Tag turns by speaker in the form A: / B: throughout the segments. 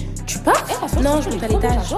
A: Eh,
B: Non, je monte à l'étage.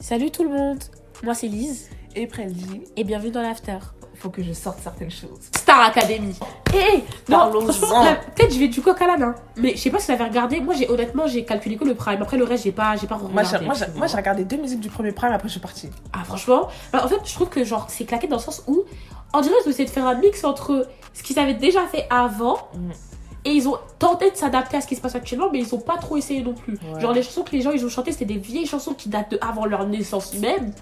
B: Salut tout le monde, moi c'est Lise
A: et Prezi.
B: et bienvenue dans l'after.
A: Faut que je sorte certaines choses.
B: Star Academy. Hé, hé, eh, non,
A: Parlons-en.
B: franchement, là, peut-être je vais du coq à l'âne, hein. mais je sais pas si vous avez regardé. Moi, j'ai honnêtement, j'ai calculé que le prime. Après le reste, j'ai pas, j'ai pas
A: Moi
B: regardé.
A: j'ai, moi, j'ai- moi, j'ai regardé deux musiques du premier prime, après je suis partie.
B: Ah franchement, bah, en fait je trouve que genre c'est claqué dans le sens où on dirait qu'ils ont essayé de faire un mix entre ce qu'ils avaient déjà fait avant
A: Mm.
B: et ils ont tenté de s'adapter à ce qui se passe actuellement mais ils ont pas trop essayé non plus.
A: Ouais.
B: Genre les chansons que les gens ils ont chantées c'était des vieilles chansons qui datent de avant leur naissance même.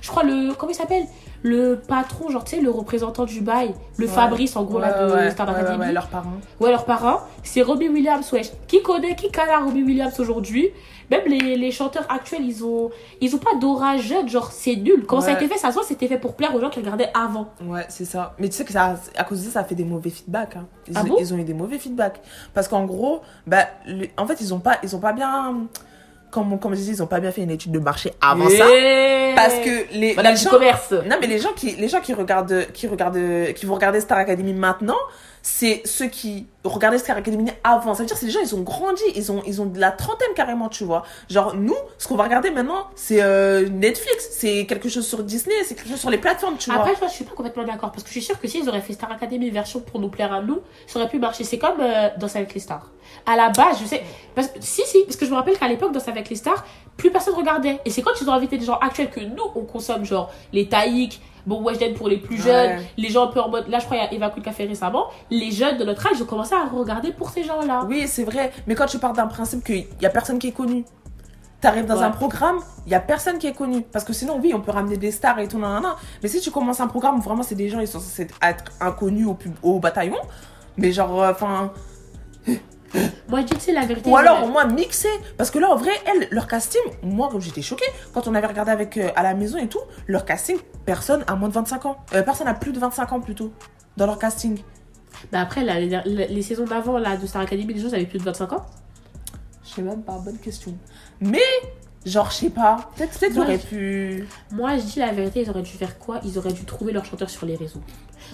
B: Je crois le comment il s'appelle le patron genre tu sais le représentant du bail, le
A: Ouais.
B: Fabrice en gros là de
A: ouais,
B: Star
A: ouais,
B: Academy.
A: ouais, leurs parents.
B: Ouais, leurs parents, c'est Robbie Williams, wesh. Qui connaît, qui cala Robbie Williams aujourd'hui Même les, les chanteurs actuels, ils ont, ils ont pas d'aura jeune, genre c'est nul. Quand ça a
A: Ouais.
B: été fait, ça se voit, c'était fait pour plaire aux gens qui regardaient avant.
A: Ouais, c'est ça. Mais tu sais que ça, à cause de ça, ça fait des mauvais feedbacks. hein. Ils,
B: Ah
A: ont-
B: bon
A: ils ont eu des mauvais feedbacks. Parce qu'en gros, bah, le- en fait, ils ont pas, ils ont pas bien. Comme, comme je dis, ils ont pas bien fait une étude de marché avant ça.
B: Yeah.
A: Parce que les,
B: Madame
A: Eh. Bah, les
B: du
A: gens-
B: commerce.
A: Non, mais les gens qui, les gens qui regardent, qui regardent, qui vont regarder Star Academy maintenant, c'est ceux qui regardaient Star Academy avant. Ça veut dire que les gens, ils ont grandi, ils ont, ils ont de la trentaine carrément, tu vois. Genre, nous, ce qu'on va regarder maintenant, c'est euh, Netflix, c'est quelque chose sur Disney, c'est quelque chose sur les plateformes, tu vois.
B: Après, je je suis pas complètement d'accord parce que je suis sûre que s'ils auraient fait Star Academy version pour nous plaire à nous, ça aurait pu marcher. C'est comme euh, Danse avec les stars. À la base, je sais. Parce... Si, si, parce que je me rappelle qu'à l'époque, Danse avec les stars, plus personne regardait. Et c'est quand ils ont invité des gens actuels que nous, on consomme, genre les Taïk, Bon Weshden pour les plus jeunes,
A: Ouais.
B: les gens un peu en mode. Là, je crois qu'il y a Eva Quick qui a fait récemment. Les jeunes de notre âge ont commencé à regarder pour ces gens-là.
A: Oui, c'est vrai. Mais quand tu pars d'un principe qu'il y a personne qui est connu, t'arrives dans
B: Ouais.
A: un programme, il y a personne qui est connu. Parce que sinon, oui, on peut ramener des stars et tout, nanana. Mais si tu commences un programme où vraiment c'est des gens, ils sont censés être inconnus au, pub- au bataillon, mais genre, euh, enfin.
B: Moi, je dis, tu sais, la vérité.
A: Ou
B: ils
A: alors
B: auraient-
A: au moins mixer. Parce que là, en vrai, elles, leur casting, moi, comme j'étais choquée, quand on avait regardé avec euh, à la maison et tout, leur casting, personne à moins de 25 ans. Euh, personne à plus de 25 ans plutôt. Dans leur casting.
B: Bah après, là, les, les- les saisons d'avant là, de Star Academy, les gens ils avaient plus de 25 ans.
A: Je sais même pas, bonne question. Mais, genre, je sais pas. Peut-être peut
B: Ouais.
A: j'aurais pu.
B: Moi, je dis la vérité, ils auraient dû faire quoi Ils auraient dû trouver leurs chanteurs sur les réseaux.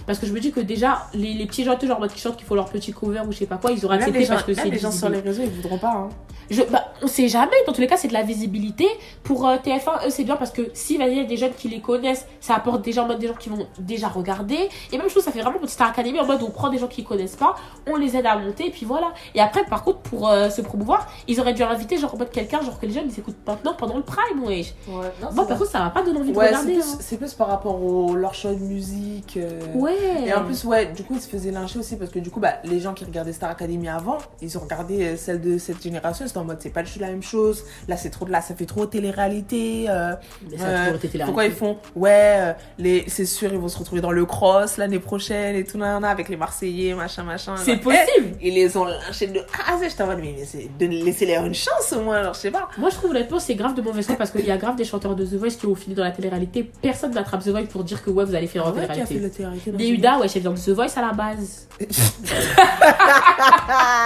B: Parce que je me dis que déjà, les, les petits chanteurs, genre, en mode qui chantent, qui font leur petit cover ou je sais pas quoi, ils auraient
A: Même les
B: accepté
A: gens,
B: parce que
A: même
B: c'est
A: les gens
B: visible.
A: sur les réseaux, ils voudront pas. Hein.
B: Je- bah, on sait jamais, dans tous les cas, c'est de la visibilité. Pour euh, TF1, eux, c'est bien parce que si, vas-y, il y a des jeunes qui les connaissent, ça apporte déjà en mode des gens qui vont déjà regarder. Et même chose, ça fait vraiment pour Star Academy, en mode on prend des gens qui connaissent pas, on les aide à monter, et puis voilà. Et après, par contre, pour euh, se promouvoir, ils auraient dû inviter, genre, en mode quelqu'un, genre que les jeunes, ils écoutent maintenant pendant le prime, wesh.
A: Ouais,
B: Moi, par contre, ça m'a pas donné envie de
A: ouais, c'est
B: regarder.
A: plus,
B: hein.
A: c'est plus par rapport au leur show de musique. euh,
B: Ouais.
A: Et en plus, ouais, du coup, ils se faisaient lyncher aussi parce que du coup, bah, les gens qui regardaient Star Academy avant, ils ont regardé euh, celle de cette génération. C'était en mode, c'est pas du tout la même chose. Là, c'est trop de là, ça fait trop télé-réalité. euh,
B: Mais ça a
A: euh,
B: toujours été la
A: pourquoi ils font, ouais, euh, les, c'est sûr, ils vont se retrouver dans le cross l'année prochaine et tout, nanana, avec les Marseillais, machin, machin.
B: C'est
A: Genre, eh,
B: possible.
A: ils les ont lynchés de A à Z. Je t'en mode, mais laissez- de- laissez-leur une chance au moins, alors je sais pas.
B: Moi, je trouve honnêtement, c'est grave de mauvaise foi parce qu'il y a grave des chanteurs de The Voice qui ont fini dans la télé-réalité. Personne n'attrape The Voice pour dire que ouais, vous allez faire en
A: Ah Ouais, qui a fait
B: télé-réalité.
A: le télé-réalité dans
B: Des
A: ce
B: Huda, ouais, elle vient de The Voice à la base.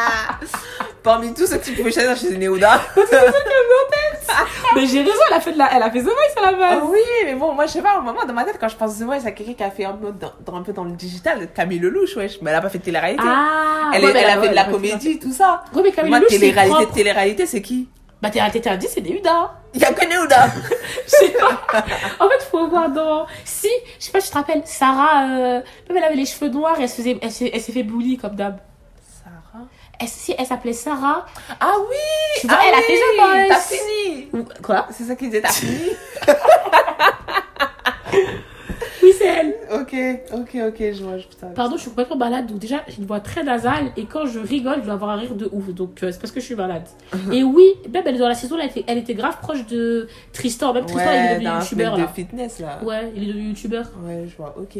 A: Parmi tous ceux qui pouvaient choisir, je suis Néouda.
B: Mais j'ai raison, elle a fait, de la... elle a fait The Voice à la base.
A: Ah oui, mais bon, moi je sais pas, au moment dans ma tête, quand je pense de moi, c'est quelqu'un qui a fait un peu dans, dans- un peu dans le digital, Camille Lelouch, wesh, mais elle a pas fait de télé-réalité.
B: Ah,
A: elle,
B: ouais,
A: est-
B: mais
A: elle a
B: ouais,
A: fait de la
B: pas
A: comédie, tout ça.
B: Ouais, mais Camille
A: moi,
B: Lelouch, c'est
A: télé-réalité,
B: propre.
A: télé-réalité, c'est qui
B: Bah, télé-réalité interdite, c'est des Huda.
A: Il y a que Néouda.
B: Je sais pas. En fait, faut voir dans. Si, je sais pas, je te rappelle, Sarah, euh... même elle avait les cheveux noirs et elle se faisait- elle s'est elle s'est fait bully comme d'hab.
A: Sarah.
B: Elle, si, elle s'appelait Sarah.
A: Ah oui
B: Tu vois, elle a fait The Voice.
A: T'as fini
B: Ou- Quoi
A: C'est ça qu'ils disait, t'as fini
B: Oui, c'est elle.
A: Ok, ok, ok, je vois, je putain.
B: Pardon, je suis complètement malade. Donc déjà, j'ai une voix très nasale et quand je rigole, je dois avoir un rire de ouf. Donc euh, c'est parce que je suis malade. et oui, même elle, dans la saison, elle était, elle était grave proche de Tristan. Même Tristan, il est
A: Ouais,
B: devenu
A: d'un
B: youtubeur
A: truc de
B: là.
A: fitness là.
B: Ouais, il est devenu youtubeur.
A: Ouais, je vois, ok.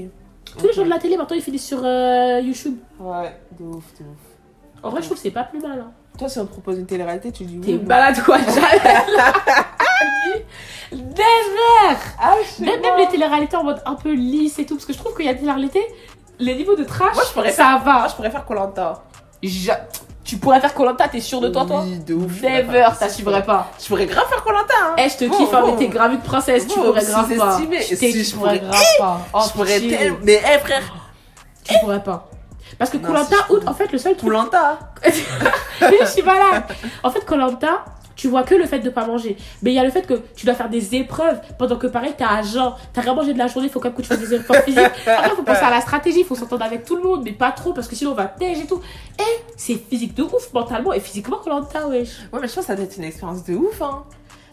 B: Tous les gens de la télé, maintenant, ils finissent sur euh, YouTube.
A: Ouais, de ouf, de ouf.
B: En vrai, je trouve que c'est pas plus mal. hein.
A: Toi, si on te propose une télé-réalité, tu dis
B: T'es
A: oui. Bah,
B: malade quoi, j'arrête là. Never
A: Ah, je sais
B: même,
A: pas.
B: même les téléréalités en mode un peu lisse et tout, parce que je trouve qu'il y a des téléréalités, les niveaux de trash,
A: Moi, je pourrais
B: ça
A: Ah,
B: va.
A: je préfère Colanta.
B: Ja- Tu pourrais faire Colanta, t'es sûr de toi, toi
A: Oui, de ouf. Ah,
B: Never, ça suivrait pas.
A: Je pourrais grave faire Colanta, hein.
B: Bah, Eh, je te
A: Bon,
B: kiffe, hein,
A: bon.
B: mais t'es grave une princesse, tu
A: Bon,
B: pourrais grave pas.
A: sous-estimé.
B: Je t'ai-
A: Si,
B: tu
A: je
B: pourrais
A: pourrais- eh,
B: grave pas. Oh,
A: je pourrais
B: pitié.
A: tellement. Mais, hé, frère.
B: Tu pourrais pas. Parce que
A: Non,
B: Colanta,
A: c'est-
B: en fait, le seul truc.
A: Poulanta.
B: je suis malade. En fait, Colanta, tu vois que le fait de pas manger. Mais il y a le fait que tu dois faire des épreuves pendant que pareil, t'es à genre, t'as rien mangé de la journée, il faut quand même que tu fasses des efforts physiques. Après, faut penser à la stratégie, faut s'entendre avec tout le monde, mais pas trop parce que sinon on va tège et tout. Et c'est physique de ouf mentalement et physiquement Colanta, wesh.
A: Ouais, mais je pense que ça doit être une expérience de ouf, hein.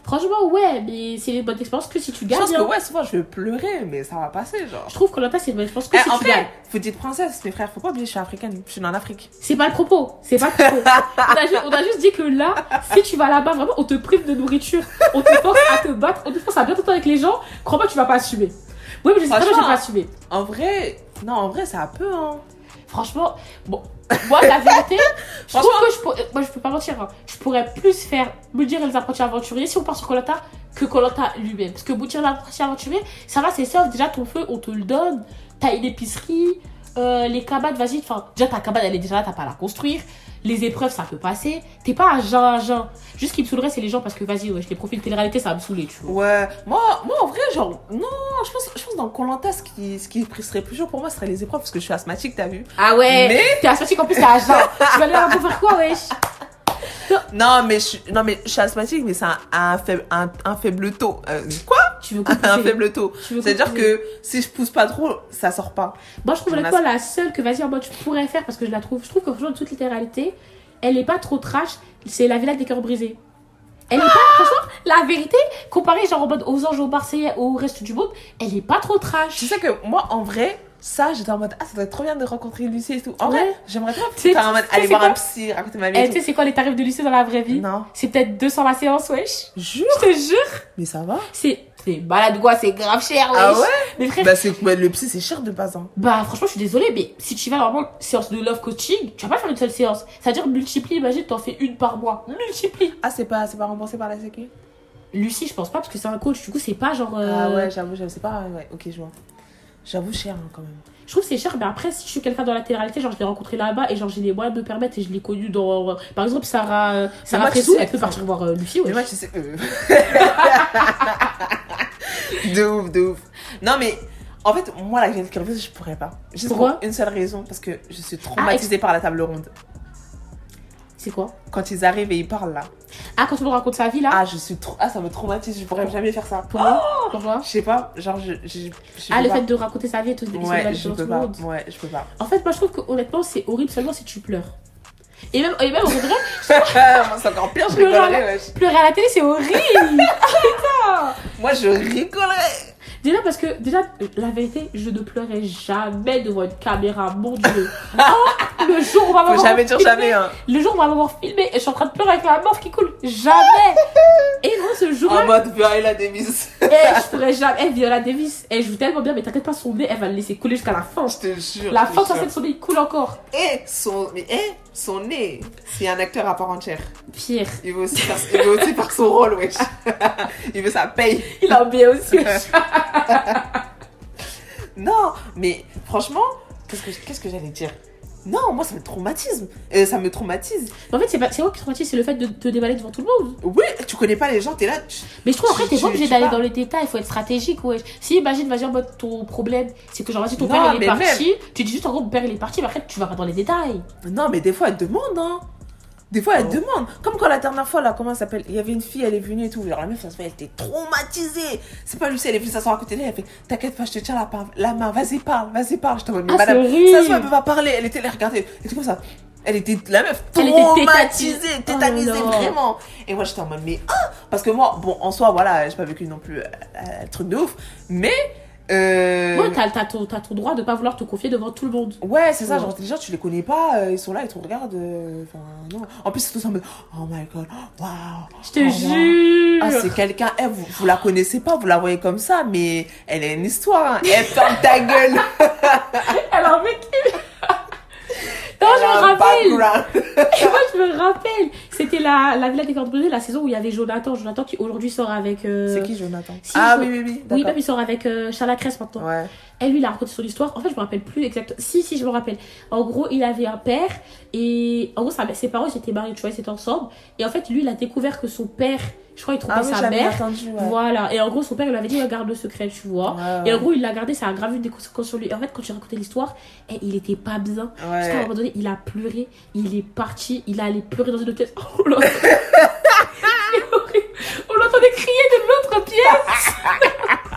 B: Franchement, ouais, mais c'est une bonne expérience que si tu
A: Je
B: gagnes.
A: pense que
B: hein.
A: ouais, souvent je vais pleurer, mais ça va passer, genre.
B: Je trouve que Colanta, c'est une bonne expérience que
A: Eh,
B: si
A: en
B: tu gagnes.
A: fait, vous dites princesse, mes frères, faut pas oublier, je suis africaine, je suis née en Afrique.
B: C'est pas le propos, c'est pas le propos. on, a ju- on a juste, dit que là, si tu vas là-bas, vraiment, on te prive de nourriture, on te force à te battre, on te force à bien t'entendre avec les gens. Crois pas, tu vas pas assumer. Oui, mais je sais pas, je vais
A: Franchement.
B: pas assumer.
A: En vrai, non, en vrai, ça peut, hein.
B: Franchement, bon, moi, la vérité, je trouve
A: Franchement.
B: que je pourrais, moi, je peux pas mentir, hein. je pourrais plus faire Boudir et les apprentis aventuriers si on part sur Colanta que Colanta lui-même. Parce que Boudir et les apprentis aventuriers, ça va, c'est sauf. Déjà, ton feu, on te le donne. T'as une épicerie, euh, les cabanes, vas-y, enfin, déjà, ta cabane, elle est déjà là, t'as pas à la construire. Les épreuves, ça peut passer. T'es pas un jeun à jeun. Juste ce qui me saoulerait, c'est les gens parce que, vas-y, ouais, je les profils télé-réalité, ça va me saouler, tu vois.
A: Ouais, moi, moi en vrai, genre, non, je pense, je pense dans Colanta, ce qui, ce qui serait plus dur pour moi, ce serait les épreuves, parce que je suis asthmatique, t'as vu.
B: Ah ouais!
A: Mais-
B: T'es asthmatique en plus, t'es à jeun. tu vas aller un peu faire quoi, wesh?
A: Non, mais je, suis- non, mais je suis asthmatique, mais c'est un, un faible, un, un faible taux. Euh, quoi
B: Tu veux
A: Un
B: compenser.
A: faible taux.
B: Tu veux
A: C'est-à-dire
B: compenser.
A: que si je pousse pas trop, ça sort pas.
B: Moi, je trouve
A: On a-
B: honnêtement la seule que vas-y en mode je pourrais faire parce que je la trouve. Je trouve que franchement, de toute littéralité, elle est pas trop trash. C'est la villa des cœurs brisés. Elle est pas,
A: Ah
B: franchement, la vérité, comparée genre en mode aux anges, aux Marseillais, au reste du monde, elle est pas trop trash.
A: Tu sais que moi, en vrai, ça, j'étais en mode, ah, ça doit être trop bien de rencontrer Lucie et tout. En
B: Ouais.
A: vrai, j'aimerais trop
B: sais-
A: faire en mode,
B: tu sais,
A: aller
B: c'est
A: voir
B: quoi
A: un psy, raconter ma vie.
B: Eh,
A: Et
B: tu sais,
A: tout.
B: c'est quoi les tarifs de lycée dans la vraie vie
A: Non.
B: C'est peut-être 200 la séance, wesh.
A: Jure,
B: Je te jure.
A: mais ça va.
B: C'est c'est malade quoi, c'est grave cher, wesh.
A: Ah ouais
B: Mais frère, bah...
A: Bah, c'est, bah, le psy, c'est cher de base, hein.
B: franchement, je suis désolée, mais si tu vas normalement séance de love coaching, tu vas pas faire une seule séance. C'est-à-dire multiplie, imagine, t'en fais une par mois. Multiplie.
A: Ah, c'est pas, c'est pas remboursé par la sécu
B: Lucie, je pense pas parce que c'est un coach. Du coup, c'est pas genre. euh,
A: Ah ouais, j'avoue, je sais pas. Ouais, ok, je vois. J'avoue, cher hein, quand même.
B: Je trouve que c'est cher, mais après, si je suis quelqu'un dans la télé-réalité, genre je l'ai rencontré là-bas et genre j'ai les moyens de me permettre et je l'ai connu dans. euh, Par exemple, Sarah, euh, Sarah
A: moi, tu
B: Fresou,
A: sais-
B: elle peut partir voir euh, Lucie.
A: Mais
B: Ouais.
A: moi, tu sais. euh. de ouf, de ouf. Non, mais en fait, moi, la grille de curieuse, je pourrais pas. Juste
B: Pourquoi
A: pour une seule raison, parce que je suis traumatisée par la table ronde.
B: C'est quoi
A: Quand ils arrivent et ils parlent là.
B: Ah, quand on raconte sa vie là
A: Ah, je suis trop. Ah, ça me traumatise, je pourrais jamais faire ça.
B: Pourquoi Pourquoi
A: Je sais pas, genre, je. Oh je, je
B: Ah,
A: peux
B: le
A: pas.
B: fait de raconter sa vie et tout, et se
A: Ouais,
B: déballer
A: je
B: devant
A: peux
B: tout
A: pas.
B: le monde.
A: Ouais, je peux pas.
B: En fait, moi je trouve que honnêtement, c'est horrible seulement si tu pleures. Et même, et même, en vrai,
A: Moi, c'est encore pire, je
B: Le genre-
A: rigolerais, wesh.
B: pleurer à la télé, c'est horrible
A: Moi, je rigolerais.
B: Déjà parce que, déjà, euh, la vérité, je ne pleurais jamais devant une caméra, mon dieu. Oh, le jour où on va
A: Faut
B: m'avoir
A: jamais dire
B: filmé,
A: jamais, hein.
B: Le jour où on va m'avoir filmé et je suis en train de pleurer avec la mort qui coule. Jamais Et non, ce
A: En
B: jour-là,
A: mode, verrai la démise.
B: eh, je pourrais jamais. Eh, Viola Davis, eh, je joue tellement bien, mais t'inquiète pas, son nez, elle va le laisser couler jusqu'à la fin.
A: Je te jure.
B: La
A: je te
B: fin de sa
A: jure.
B: scène, son nez, il coule encore.
A: Et son, mais et son nez, c'est un acteur à part entière.
B: Pierre,
A: Il veut aussi faire, il veut aussi faire son rôle, wesh. Il veut sa paye.
B: il a oublié aussi.
A: Non, mais franchement, qu'est-ce que, qu'est-ce que j'allais dire Non, moi ça me traumatise. Euh, ça me traumatise.
B: en fait, c'est pas- c'est moi qui traumatise, c'est le fait de te déballer devant tout le monde.
A: Oui, tu connais pas les gens, t'es là. tu-
B: Mais je trouve, après,
A: Tu-
B: t'es
A: tu-
B: pas obligé
A: tu
B: d'aller
A: parles.
B: dans les détails, il faut être stratégique, ouais. Si, imagine, vas-y, en mode ton problème, c'est que genre, vas-y, ton
A: Non,
B: père, il est
A: mais
B: parti. Tu dis juste, en gros, mon père, il est parti, mais après, tu vas pas dans les détails.
A: Non, mais des fois elle demande, hein. Des fois elle
B: Oh.
A: demande. Comme quand la dernière fois, là, comment elle s'appelle Il y avait une fille, elle est venue et tout. Genre la meuf, ça se fait, elle était traumatisée. C'est pas Lucie, elle est venue s'asseoir à côté d'elle. Elle fait T'inquiète pas, je te tiens la, par- la main, vas-y, parle, vas-y, parle. Je te vois,
B: Ah,
A: mais
B: c'est
A: madame,
B: horrible.
A: ça se voit, elle peut pas parler. Elle était là, regardez. Et tout comme ça. Elle était la meuf
B: Elle était
A: traumatisée,
B: tétanisée.
A: tétanisée,
B: Oh non.
A: vraiment. Et moi j'étais en mode, mais ah Parce que moi, bon, en soi, voilà, j'ai pas vécu non plus euh, euh, truc de ouf. Mais. euh,
B: Moi, t'as t'as ton, t'as ton droit de pas vouloir te confier devant tout le monde.
A: Ouais, c'est ça,
B: Ouais.
A: genre les gens tu les connais pas, euh, ils sont là, ils te regardent, euh, enfin non. En plus, c'est tous en mode Oh my god, waouh!
B: Je te
A: oh, wow.
B: jure.
A: Ah, c'est quelqu'un, eh, vous, vous la connaissez pas, vous la voyez comme ça, mais elle a une histoire, hein. elle ferme ta gueule!
B: Elle a un mec qui- Non,
A: Elle
B: je
A: a
B: me
A: un
B: rappelle.
A: background.
B: Et moi, je me rappelle. C'était la, la Villa des Cordes Brûlées, la saison où il y avait Jonathan. Jonathan qui aujourd'hui sort avec. euh,
A: C'est qui Jonathan?
B: si,
A: ah,
B: je-
A: oui, oui, oui,
B: Oui,
A: d'accord.
B: même il sort avec euh, Charla Cress maintenant.
A: Ouais.
B: Elle, lui, il a raconté son histoire. En fait, je me rappelle plus exactement. Si, si, je me rappelle. En gros, il avait un père et en gros, sa- ses parents ils étaient mariés, tu vois, ils étaient ensemble. Et en fait, lui, il a découvert que son père, Je crois qu'il trompait
A: Ah oui,
B: sa
A: j'avais
B: mère.
A: entendu, ouais. Ah,
B: Voilà. Et en gros, son père, il lui avait dit, ouais, garde le secret, tu vois.
A: Ouais,
B: Et en gros, il l'a gardé, ça a grave eu des conséquences sur lui. Et en fait, quand j'ai raconté l'histoire, eh, il était pas bien. Parce qu'à un
A: Ouais.
B: moment donné, il a pleuré, il est parti, il est allé pleurer dans une autre pièce. Oh là C'est horrible. On l'entendait crier de l'autre pièce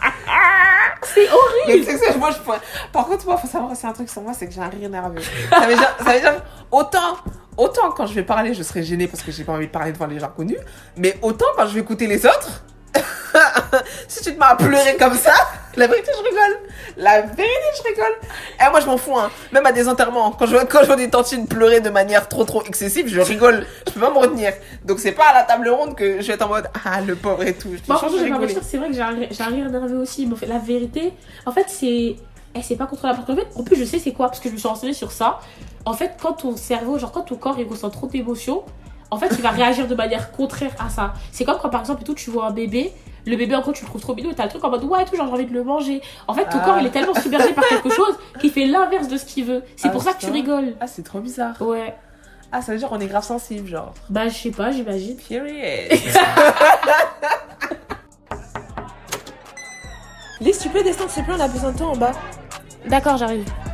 B: C'est horrible
A: Mais tu sais que ça, moi, je pourrais- Par contre, moi, faut savoir, c'est un truc sur moi, c'est que j'ai un rire nerveux. Ça veut dire, ça veut dire- autant, autant quand je vais parler, je serai gênée parce que j'ai pas envie de parler devant les gens connus, mais autant quand je vais écouter les autres, si tu te mets à pleurer comme ça, la vérité, je rigole. La vérité, je rigole. Et moi, je m'en fous, hein. Même à des enterrements, quand je, quand je vois des tantines pleurer de manière trop, trop excessive, je rigole. Je peux pas me retenir. Donc, c'est pas à la table ronde que je vais être en mode, ah, le pauvre et tout. Je,
B: Bon,
A: je-
B: franchement,
A: je
B: j'ai pas
A: rigolais.
B: mentir, c'est vrai que j'ai un, j'ai un rire nerveux aussi. Mais en fait, la vérité, en fait, c'est. Elle c'est pas contrôlable. Parce qu'en fait, en plus, je sais c'est quoi, parce que je me suis renseignée sur ça. En fait, quand ton cerveau, genre quand ton corps, il ressent trop d'émotions, en fait, il va réagir de manière contraire à ça. C'est comme quand, par exemple, et tout, tu vois un bébé, le bébé, en gros, tu le trouves trop mignon, et t'as le truc en mode, ouais, et tout, genre, j'ai envie de le manger. En fait, ton
A: Ah.
B: corps, il est tellement submergé par quelque chose qu'il fait l'inverse de ce qu'il veut. C'est
A: Ah,
B: pour ça que tu
A: putain.
B: rigoles.
A: Ah, c'est trop bizarre.
B: Ouais.
A: Ah, ça veut dire qu'on est grave sensible, genre.
B: Bah, je sais pas, j'imagine.
A: Period. Les stupédestants, s'il te plaît, on a besoin de toi en bas.
B: D'accord, j'arrive.